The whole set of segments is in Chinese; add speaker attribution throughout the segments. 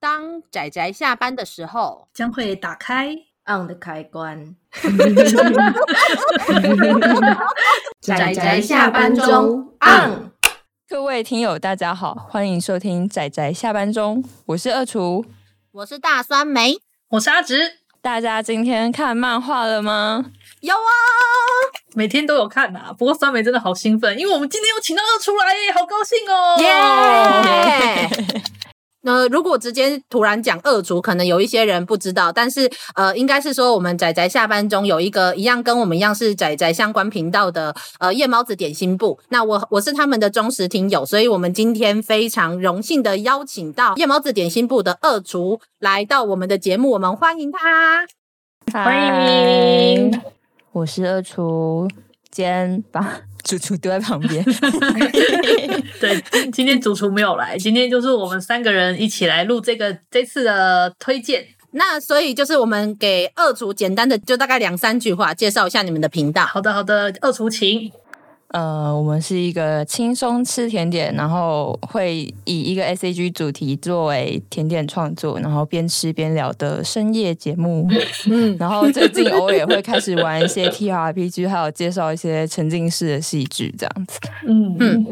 Speaker 1: 当仔仔下班的时候，
Speaker 2: 将会打 开。
Speaker 3: on 的开关。
Speaker 1: 宅宅下班中
Speaker 3: on。
Speaker 4: 各位听友，大家好，欢迎收听仔仔下班中，我是二厨。
Speaker 1: 我是大酸梅，
Speaker 2: 我是阿直，
Speaker 4: 大家今天看漫画了吗？
Speaker 1: 有啊，
Speaker 2: 每天都有看呐、不过酸梅真的好兴奋，因为我们今天又请到二出来耶，好高兴哦！
Speaker 1: 耶！ 那如果直接突然讲二组，可能有一些人不知道，但是呃，应该是说我们仔仔下班中有一个一样跟我们一样是仔仔相关频道的呃夜猫子点心部。那我我是他们的忠实听友，所以我们今天非常荣幸的邀请到夜猫子点心部的二厨来到我们的节目，我们欢迎他。
Speaker 2: 欢迎
Speaker 4: 嗨，我是二厨，兼把 主厨丢在旁 边。
Speaker 2: 对，今今天主厨没有来，今天就是我们三个人一起来录这个这次的推荐。
Speaker 1: 那所以就是我们给二厨简单的就大概两三句话介绍一下你们的频道。
Speaker 2: 好的，好的，二厨请。
Speaker 4: 呃，我们是一个轻松吃甜点，然后会以一个 S A G 主题作为甜点创作，然后边吃边聊的深夜节目。
Speaker 1: 嗯，
Speaker 4: 然后最近偶尔也会开始玩一些 T R P G，还有介绍一些沉浸式的戏剧这样子。
Speaker 2: 嗯
Speaker 1: 嗯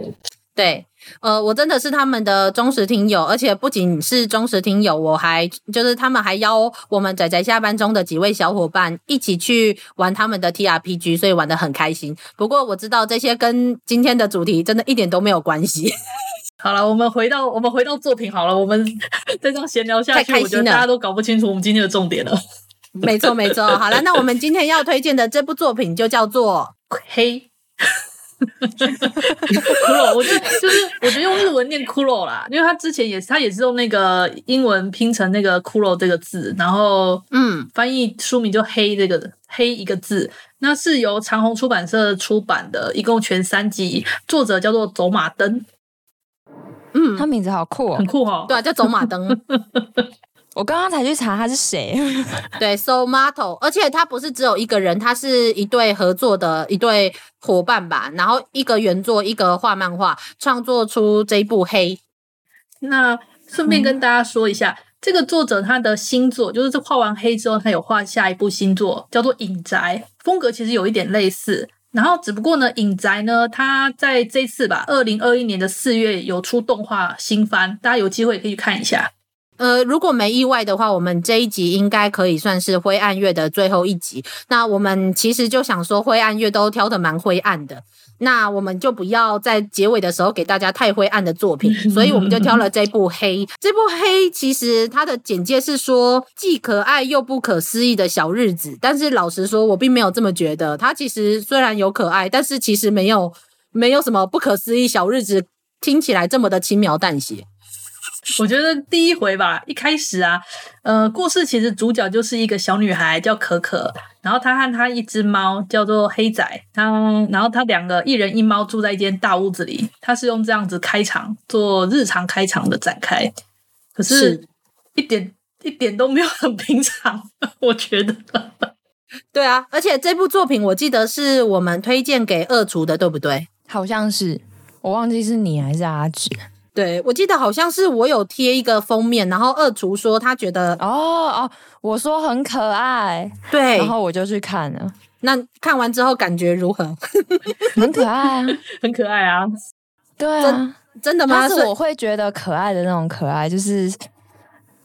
Speaker 1: 对，呃，我真的是他们的忠实听友，而且不仅是忠实听友，我还就是他们还邀我们仔仔下班中的几位小伙伴一起去玩他们的 TRPG，所以玩的很开心。不过我知道这些跟今天的主题真的一点都没有关系。
Speaker 2: 好了，我们回到我们回到作品好了，我们 再这样闲聊下去，
Speaker 1: 太开心了
Speaker 2: 我觉得大家都搞不清楚我们今天的重点了。
Speaker 1: 没错，没错。好了，那我们今天要推荐的这部作品就叫做
Speaker 2: 黑。骷髅，我觉得就是我觉得用日文念骷髅啦，因为他之前也是他也是用那个英文拼成那个骷髅这个字，然后
Speaker 1: 嗯
Speaker 2: 翻译书名就黑这个黑一个字。那是由长虹出版社出版的，一共全三集，作者叫做走马灯，
Speaker 1: 嗯
Speaker 4: 他，名字好酷哦
Speaker 2: 很！酷哦。
Speaker 1: 对、啊，叫走马灯。
Speaker 4: 我刚刚才去查他是谁，
Speaker 1: 对，Somato，而且他不是只有一个人，他是一对合作的一对伙伴吧，然后一个原作，一个画漫画，创作出这一部《黑》。
Speaker 2: 那顺便跟大家说一下，这个作者他的新作就是这画完黑之后，他有画下一部新作，叫做《隐宅》，风格其实有一点类似。然后，只不过呢，《隐宅》呢，它在这次吧，二零二一年的四月有出动画新番，大家有机会可以去看一下。
Speaker 1: 呃，如果没意外的话，我们这一集应该可以算是灰暗月的最后一集。那我们其实就想说，灰暗月都挑的蛮灰暗的，那我们就不要在结尾的时候给大家太灰暗的作品， 所以我们就挑了这部《黑》。这部《黑》其实它的简介是说，既可爱又不可思议的小日子。但是老实说，我并没有这么觉得。它其实虽然有可爱，但是其实没有没有什么不可思议小日子，听起来这么的轻描淡写。
Speaker 2: 我觉得第一回吧，一开始啊，呃，故事其实主角就是一个小女孩叫可可，然后她和她一只猫叫做黑仔，她然后她两个一人一猫住在一间大屋子里，她是用这样子开场做日常开场的展开，可是
Speaker 1: 是，
Speaker 2: 一点一点都没有很平常， 我觉得。
Speaker 1: 对啊，而且这部作品我记得是我们推荐给二厨的，对不对？
Speaker 4: 好像是我忘记是你还是阿芷
Speaker 1: 对，我记得好像是我有贴一个封面，然后二厨说他觉得
Speaker 4: 哦哦，我说很可爱，
Speaker 1: 对
Speaker 4: 然，后我就去看了，
Speaker 1: 那看完之后感觉如何？
Speaker 4: 很可爱啊，
Speaker 2: 很可爱啊！
Speaker 4: 对啊，
Speaker 1: 真的吗？
Speaker 4: 但是
Speaker 1: 所以
Speaker 4: 我会觉得可爱的那种可爱，就是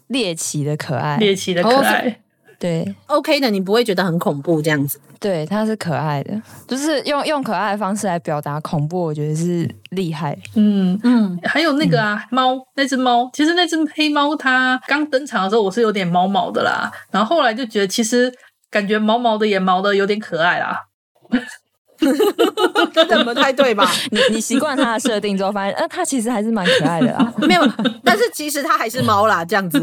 Speaker 4: 猎奇的可爱，
Speaker 2: 猎奇的可
Speaker 1: 哦
Speaker 2: 爱，
Speaker 4: 对
Speaker 1: OK 的，你不会觉得很恐怖这样子？
Speaker 4: 对，它是可爱的，就是用用可爱的方式来表达恐怖，我觉得是厉害。
Speaker 2: 嗯，
Speaker 1: 嗯，
Speaker 2: 还有那个啊，猫那只猫，其实那只黑猫它刚登场的时候，我是有点毛毛的啦，然后后来就觉得其实感觉毛毛的也毛的有点可爱啦。
Speaker 1: 怎么太对 吧？
Speaker 4: 你你习惯它的设定之后，发现呃，它其实还是蛮 可爱的啦。
Speaker 1: 没有，但是其实它还是猫啦，这样子。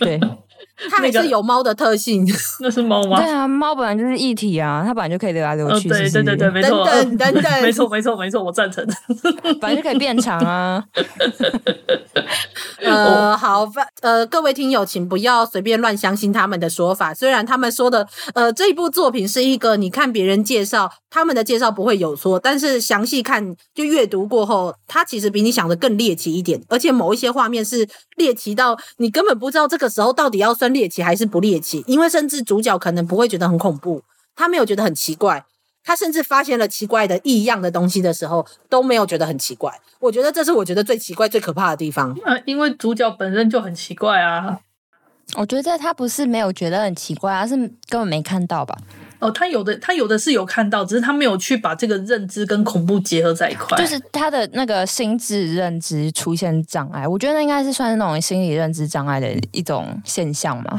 Speaker 4: 对，
Speaker 1: 它还
Speaker 2: 那个
Speaker 1: 是有猫的特性，
Speaker 2: 那是猫吗
Speaker 4: 对？啊，猫本来就是一体啊，它本来就可以流来流
Speaker 2: 呃，
Speaker 4: 去，
Speaker 2: 对
Speaker 4: 是
Speaker 2: 对对
Speaker 4: 不是
Speaker 2: 对，没
Speaker 1: 等
Speaker 2: 错，
Speaker 1: 等等等，
Speaker 2: 没错没错没错，我赞成。
Speaker 4: 本来就可以变长啊。
Speaker 1: 呃，好，反呃，各位听友，请不要随便乱相信他们的说法。虽然他们说的，呃，这一部作品是一个你看别人介绍，他们的介绍不会有错，但是详细看就阅读过后，它其实比你想的更猎奇一点，而且某一些画面是猎奇到你根本不知道这个时候到底要算猎奇还是不猎奇，因为甚至主角可能不会觉得很恐怖，他没有觉得很奇怪。他甚至发现了奇怪的异样的东西的时候，都没有觉得很奇怪。我觉得这是我觉得最奇怪、最可怕的地方。
Speaker 2: 呃，因为主角本身就很奇怪啊。
Speaker 4: 我觉得他不是没有觉得很奇怪，而是根本没看到吧？
Speaker 2: 哦，他有的他有的是有看到，只是他没有去把这个认知跟恐怖结合在一块。
Speaker 4: 就是他的那个心智认知出现障碍，我觉得那应该是算是那种心理认知障碍的一种现象嘛。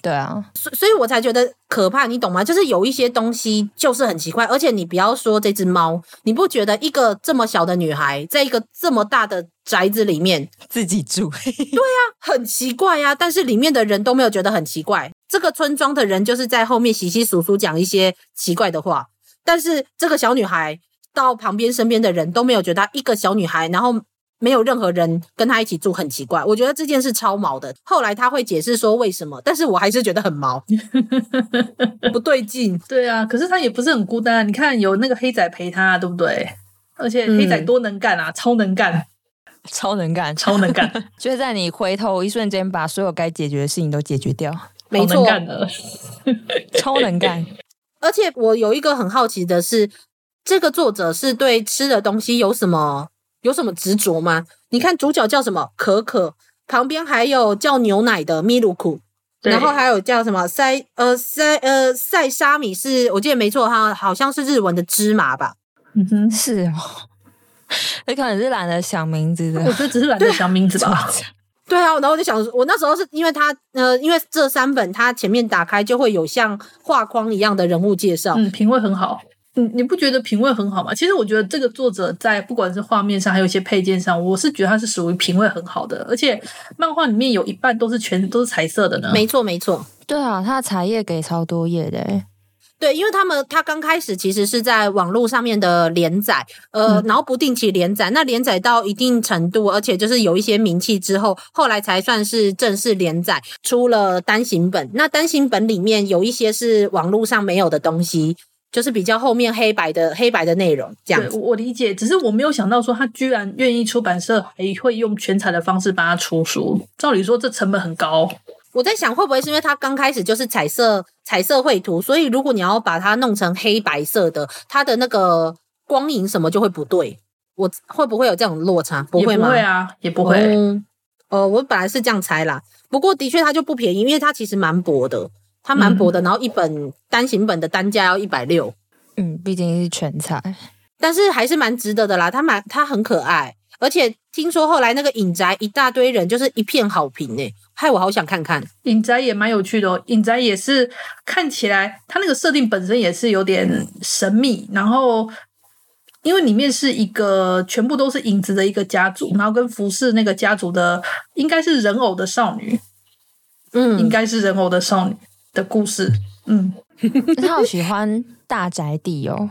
Speaker 4: 对啊，
Speaker 1: 所所以我才觉得可怕，你懂吗？就是有一些东西就是很奇怪，而且你不要说这只猫，你不觉得一个这么小的女孩，在一个这么大的宅子里面
Speaker 4: 自己住，
Speaker 1: 很奇怪呀、但是里面的人都没有觉得很奇怪，这个村庄的人就是在后面稀稀疏疏讲一些奇怪的话，但是这个小女孩到旁边身边的人都没有觉得她一个小女孩，然后没有任何人跟她一起住很奇怪，我觉得这件事超毛的。后来她会解释说为什么，但是我还是觉得很毛，不对劲。
Speaker 2: 对啊，可是他也不是很孤单啊。你看有那个黑仔陪他、啊，对不对？而且黑仔
Speaker 1: 嗯
Speaker 2: 多能干啊，超能干，
Speaker 4: 超能干，
Speaker 2: 超能干，
Speaker 4: 就是在你回头一瞬间把所有该解决的事情都解决 掉，
Speaker 1: 没
Speaker 2: 好能
Speaker 1: 错，
Speaker 2: 干的。
Speaker 4: 超能干。
Speaker 1: 而且我有一个很好奇的是，这个作者是对吃的东西有什么有什么执着吗？你看主角叫什么可可，旁边还有叫牛奶的米鲁库，
Speaker 2: 对
Speaker 1: 然后还有叫什么塞呃塞呃塞沙米是，我记得没错，哈，好像是日文的芝麻吧。
Speaker 2: 嗯哼，
Speaker 4: 是哦，你可能是懒得想名字
Speaker 2: 我
Speaker 4: 的。
Speaker 2: 觉得只是懒得想名 字吧。
Speaker 1: 对啊，然后我就想说，我那时候是因为他呃，因为这三本它前面打开就会有像画框一样的人物介绍，
Speaker 2: 嗯，品味很好。你你不觉得品味很好吗？其实我觉得这个作者在不管是画面上，还有一些配件上，我是觉得他是属于品味很好的。而且漫画里面有一半都是全都是彩色的呢。
Speaker 1: 没错没错。
Speaker 4: 对啊，他的茶叶给超多页的欸，
Speaker 1: 对，因为他们他刚开始其实是在网络上面的连载，呃，
Speaker 2: 嗯
Speaker 1: 然后不定期连载。那连载到一定程度，而且就是有一些名气之后，后来才算是正式连载出了单行本。那单行本里面有一些是网络上没有的东西，就是比较后面黑白的黑白的内容这样
Speaker 2: 对，
Speaker 1: 子。
Speaker 2: 我我理解，只是我没有想到说他居然愿意出版社还会用全彩的方式帮他出书。照理说这成本很高，
Speaker 1: 我在想，会不会是因为它刚开始就是彩色彩色绘图，所以如果你要把它弄成黑白色的，它的那个光影什么就会不对。我会不会有这种落差？不
Speaker 2: 也
Speaker 1: 会
Speaker 2: 不
Speaker 1: 吗？
Speaker 2: 会啊，也不会。
Speaker 1: 嗯哦，我本来是这样猜啦，不过的确它就不便宜，因为它其实蛮薄的，它蛮薄的，然后一本单行本的单价要一百六，
Speaker 4: 嗯，毕竟是全彩，
Speaker 1: 但是还是蛮值得的啦。它蛮它很可爱，而且听说后来那个影宅一大堆人就是一片好评诶、害我好想看看。
Speaker 2: 影宅也蛮有趣的哦，影宅也是看起来它那个设定本身也是有点神秘，然后因为里面是一个全部都是影子的一个家族，然后跟服侍那个家族的应该是人偶的少女，应
Speaker 1: 嗯，
Speaker 2: 该是人偶的少女的故事。嗯，
Speaker 4: 他好喜欢大宅地哦，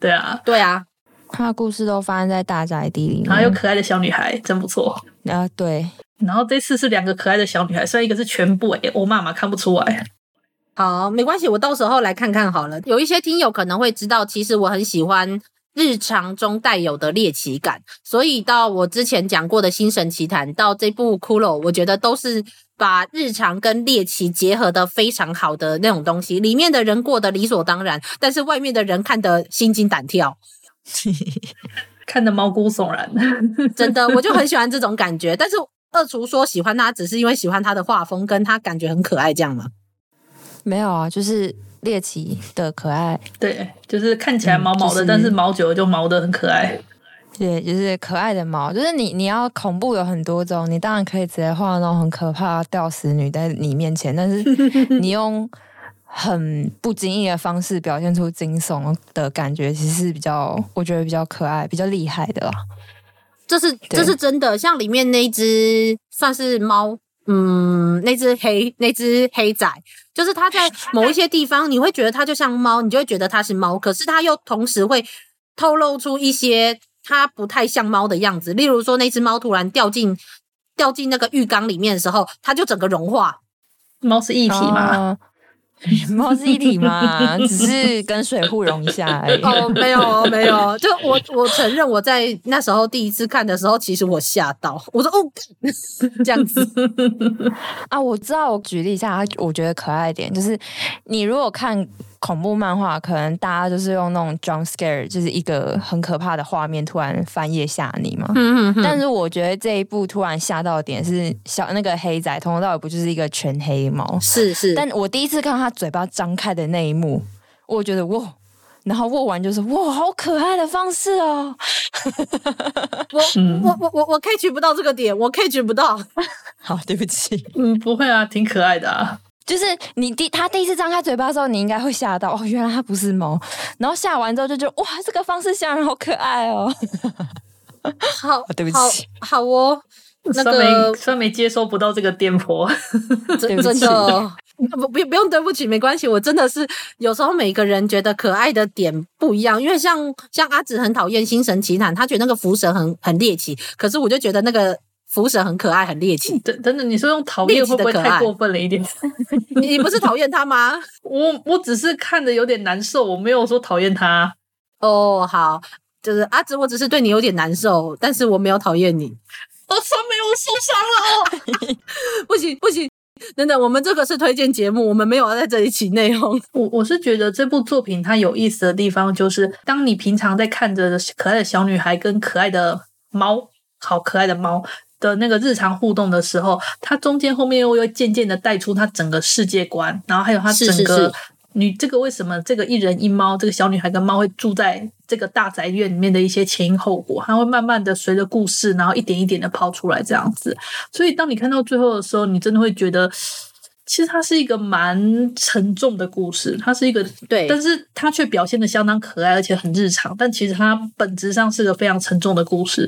Speaker 2: 对啊，
Speaker 1: 对啊，
Speaker 4: 他的故事都发生在大宅地里
Speaker 2: 然后有
Speaker 4: 面。
Speaker 2: 可爱的小女孩，真不错。
Speaker 4: 啊、对，
Speaker 2: 然后这次是两个可爱的小女孩，虽然一个是全部，哎、我妈妈看不出来。
Speaker 1: 好，没关系，我到时候来看看好了。有一些听友可能会知道，其实我很喜欢日常中带有的猎奇感，所以到我之前讲过的《星神奇谭》到这部《骷髅》，我觉得都是把日常跟猎奇结合的非常好的那种东西。里面的人过得理所当然，但是外面的人看得心惊胆跳。
Speaker 2: 看得毛骨悚然，
Speaker 1: 真的，我就很喜欢这种感觉。但是二厨说喜欢他，只是因为喜欢他的画风，跟他感觉很可爱这样嘛。
Speaker 4: 没有啊，就是猎奇的可爱，
Speaker 2: 对，就是看起来毛毛的，
Speaker 4: 嗯就是
Speaker 2: 但是毛久了就毛的很可爱。
Speaker 4: 对，就是可爱的猫，就是你你要恐怖有很多种，你当然可以直接画那种很可怕的吊死女在你面前，但是 你用很不经意的方式表现出惊悚的感觉，其实是比较我觉得比较可爱、比较厉害的啦。
Speaker 1: 这是
Speaker 4: 对
Speaker 1: 这是真的，像里面那一只算是猫，嗯，那只黑那只黑仔，就是它在某一些地方，你会觉得它就像猫，你就会觉得它是猫，可是它又同时会透露出一些它不太像猫的样子。例如说，那只猫突然掉进掉进那个浴缸里面的时候，它就整个融化。
Speaker 2: 猫是一体嘛，
Speaker 4: 哦？ 猫是一体嘛，只是跟水互融一下而已。
Speaker 1: 哦，没有哦，没有，就我我承认，我在那时候第一次看的时候，其实我吓到，我说哦，干这样子，
Speaker 4: 啊，我知道，我举例一下，我觉得可爱一点，就是你如果看恐怖漫画，可能大家就是用那种 jump scare，就是一个很可怕的画面突然翻页吓你嘛。
Speaker 1: 嗯嗯嗯，
Speaker 4: 但是我觉得这一部突然吓到的点是小那个黑仔，从头到尾不就是一个全黑猫？
Speaker 1: 是是，
Speaker 4: 但我第一次看到他嘴巴张开的那一幕，我觉得哇，然后握完就是哇，好可爱的方式哦。
Speaker 1: 我
Speaker 2: 嗯
Speaker 1: 我我我我 catch 不到这个点，我 catch 不到。
Speaker 4: 好，对不起，
Speaker 2: 嗯，不会啊，挺可爱的啊。
Speaker 4: 就是你第他第一次张开嘴巴的时候，你应该会吓到哦，原来它不是猫。然后吓完之后就觉得哇，这个方式吓人好可爱哦。
Speaker 1: 好，
Speaker 4: 啊对不起
Speaker 1: 好，好哦，那
Speaker 2: 酸梅
Speaker 1: 个
Speaker 2: 酸梅接收不到这个电 波，
Speaker 4: 对
Speaker 1: 真
Speaker 4: 不
Speaker 1: 真
Speaker 4: 起
Speaker 1: 的。呃不不不用对不起，没关系。我真的是有时候每个人觉得可爱的点不一样，因为像像阿紫很讨厌《星神奇谭》，他觉得那个福神很很猎奇，可是我就觉得那个福神很可爱，很猎奇。
Speaker 2: 等等等，你说用讨厌会不会
Speaker 1: 立即的可爱
Speaker 2: 太过分了一点？
Speaker 1: 你你不是讨厌他吗？
Speaker 2: 我我只是看的有点难受，我没有说讨厌他。
Speaker 1: 哦，好，就是阿紫，我只是对你有点难受，但是我没有讨厌你。
Speaker 2: 哦，酸梅，我受伤了。
Speaker 1: 不行不行，等等，我们这个是推荐节目，我们没有要在这里起内讧。
Speaker 2: 我我是觉得这部作品它有意思的地方，就是当你平常在看着可爱的小女孩跟可爱的猫，好可爱的猫的那个日常互动的时候，它中间后面又会渐渐的带出它整个世界观，然后还有它
Speaker 1: 是
Speaker 2: 整
Speaker 1: 是
Speaker 2: 个
Speaker 1: 是
Speaker 2: 你这个为什么这个一人一猫，这个小女孩跟猫会住在这个大宅院里面的一些前因后果，它会慢慢的随着故事，然后一点一点的抛出来这样子。所以当你看到最后的时候，你真的会觉得，其实它是一个蛮沉重的故事，它是一个
Speaker 1: 对
Speaker 2: 但是它却表现的相当可爱，而且很日常，但其实它本质上是个非常沉重的故事。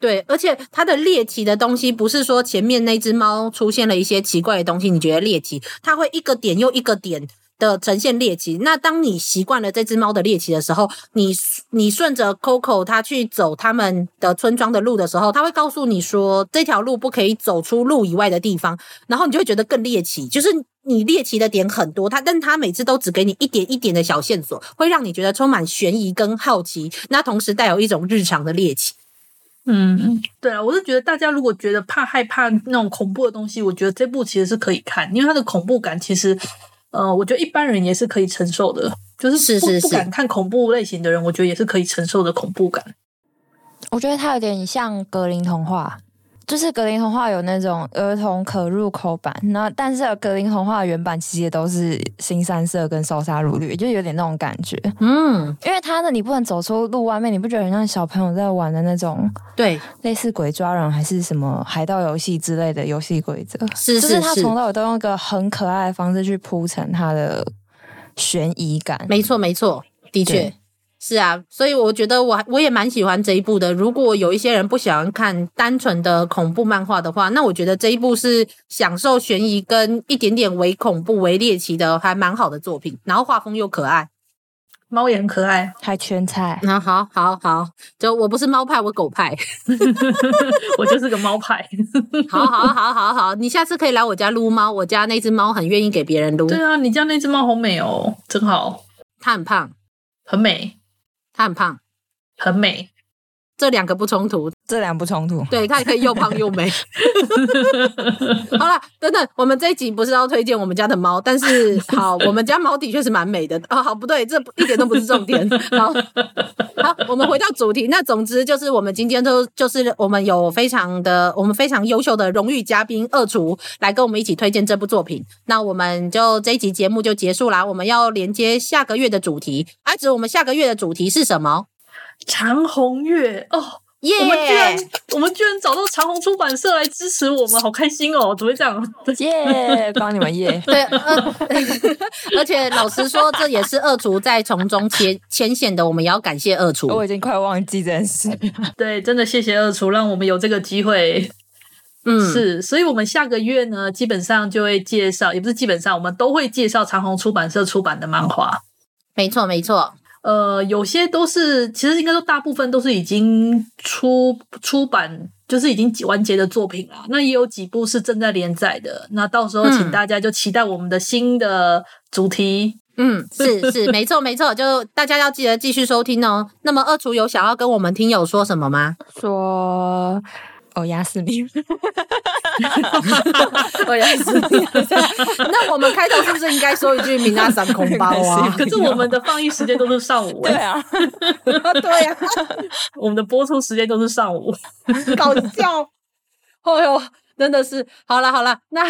Speaker 1: 对，而且它的猎奇的东西不是说前面那只猫出现了一些奇怪的东西，你觉得猎奇，它会一个点又一个点的呈现猎奇。那当你习惯了这只猫的猎奇的时候，你你顺着 Coco 它去走他们的村庄的路的时候，它会告诉你说这条路不可以走出路以外的地方，然后你就会觉得更猎奇，就是。你猎奇的点很多，它但它每次都只给你一点一点的小线索，会让你觉得充满悬疑跟好奇，那同时带有一种日常的猎奇。
Speaker 2: 嗯，对啊，我是觉得大家如果觉得怕害怕那种恐怖的东西，我觉得这部其实是可以看，因为它的恐怖感其实，呃，我觉得一般人也是可以承受的，就是
Speaker 1: 是
Speaker 2: 不
Speaker 1: 是
Speaker 2: 不
Speaker 1: 是
Speaker 2: 敢看恐怖类型的人，我觉得也是可以承受的恐怖感。
Speaker 4: 我觉得它有点像格林童话，就是格林童话有那种儿童可入口版，那但是格林童话原版其实也都是新三色跟烧杀掳掠，就有点那种感觉。
Speaker 1: 嗯，
Speaker 4: 因为它的你不能走出路外面，你不觉得很像小朋友在玩的那种
Speaker 1: 对，
Speaker 4: 类似鬼抓人还是什么海盗游戏之类的游戏规则？
Speaker 1: 是
Speaker 4: 就是是他
Speaker 1: 是，
Speaker 4: 从头到尾都用一个很可爱的方式去铺陈他的悬疑感。
Speaker 1: 没错没错，的确
Speaker 4: 对
Speaker 1: 是啊。所以我觉得我还我也蛮喜欢这一部的。如果有一些人不喜欢看单纯的恐怖漫画的话，那我觉得这一部是享受悬疑跟一点点为恐怖为猎奇的，还蛮好的作品。然后画风又可爱。
Speaker 2: 猫也很 可爱，
Speaker 4: 还圈菜，
Speaker 1: 那好好好，就我不是猫派，我狗派。
Speaker 2: 我就是个猫派。
Speaker 1: 好好好好好，你下次可以来我家撸猫，我家那只猫很愿意给别人撸，
Speaker 2: 对啊，你家那只猫好美哦，真好，
Speaker 1: 它很胖，
Speaker 2: 很美，
Speaker 1: 它很胖。
Speaker 2: 很美。
Speaker 1: 这两个不冲突，
Speaker 4: 这两不冲突。
Speaker 1: 对，它也可以又胖又 美。好了，等等，我们这一集不是要推荐我们家的猫，但 是好，我们家猫的确是蛮美的哦。好，不对，这不一点都不是重点。好，好，我们回到主题。那总之就是，我们今天都就是我们有非常的，我们非常优秀的荣誉嘉宾二厨来跟我们一起推荐这部作品。那我们就这一集节目就结束啦。我们要连接下个月的主题，阿紫，我们下个月的主题是什么？
Speaker 2: 长虹月哦，
Speaker 1: 耶、！
Speaker 2: 我们居然我们居然找到长虹出版社来支持我们，好开心哦！怎么会这样？
Speaker 4: 耶，帮你们耶
Speaker 1: 对，呃而且老实说，这也是二厨在从中牵牵线的，我们也要感谢二厨。
Speaker 4: 我已经快忘记这件事。
Speaker 2: 对，真的谢谢二厨，让我们有这个机会。
Speaker 1: 嗯，
Speaker 2: 是，所以我们下个月呢，基本上就会介绍，也不是基本上，我们都会介绍长虹出版社出版的漫画。
Speaker 1: 没错没错，
Speaker 2: 呃，有些都是，其实应该说大部分都是已经出出版，就是已经完结的作品啦。那也有几部是正在连载的，那到时候请
Speaker 1: 嗯
Speaker 2: 大家就期待我们的新的主题。
Speaker 1: 嗯，是是，没错没错，就大家要记得继续收听哦。那么二厨有想要跟我们听友说什么吗？
Speaker 4: 说哦，压死你！
Speaker 1: 我也是。 那我们开头是不是应该说一句“米娜三空 包”啊？
Speaker 2: 可是我们的放映时间都是上 午、
Speaker 4: 对
Speaker 2: 欸，
Speaker 4: 啊，
Speaker 1: 对呀、啊，
Speaker 2: 我们的播出时间都是上午。
Speaker 1: 搞笑。 哎呦，真的是好了好了，那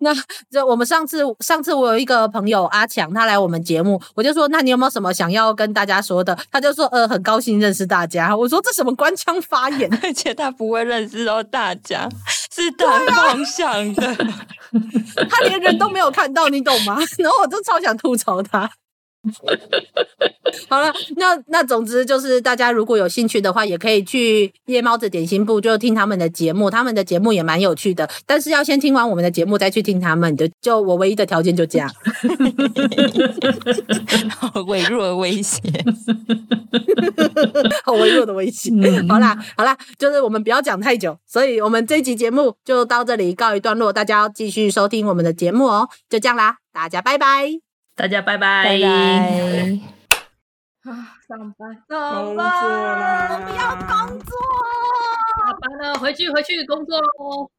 Speaker 1: 那这我们上次上次我有一个朋友阿强，他来我们节目，我就说那你有没有什么想要跟大家说的？他就说呃很高兴认识大家。我说这什么官腔发言？
Speaker 4: 而且他不会认识到大家， 是大方向的。
Speaker 1: 他连人都没有看到，你懂吗？ 然后我就超想吐槽他。好了，那那总之就是，大家如果有兴趣的话，也可以去夜猫子点心部，就听他们的节目，他们的节目也蛮有趣的。但是要先听完我们的节目再去听他们的，就我唯一的条件就这样。
Speaker 4: 好 微弱的威胁，
Speaker 1: 好微弱的威胁。好啦，好啦，就是我们不要讲太久，所以我们这集节目就到这里告一段落，大家要继续收听我们的节目哦。就这样啦，大家拜拜。
Speaker 2: 大家拜
Speaker 4: 拜
Speaker 2: 拜。
Speaker 4: 拜。
Speaker 3: 上班，
Speaker 1: 工
Speaker 3: 作啦
Speaker 1: 不要工作。
Speaker 3: 下班了，回去回去工作喽。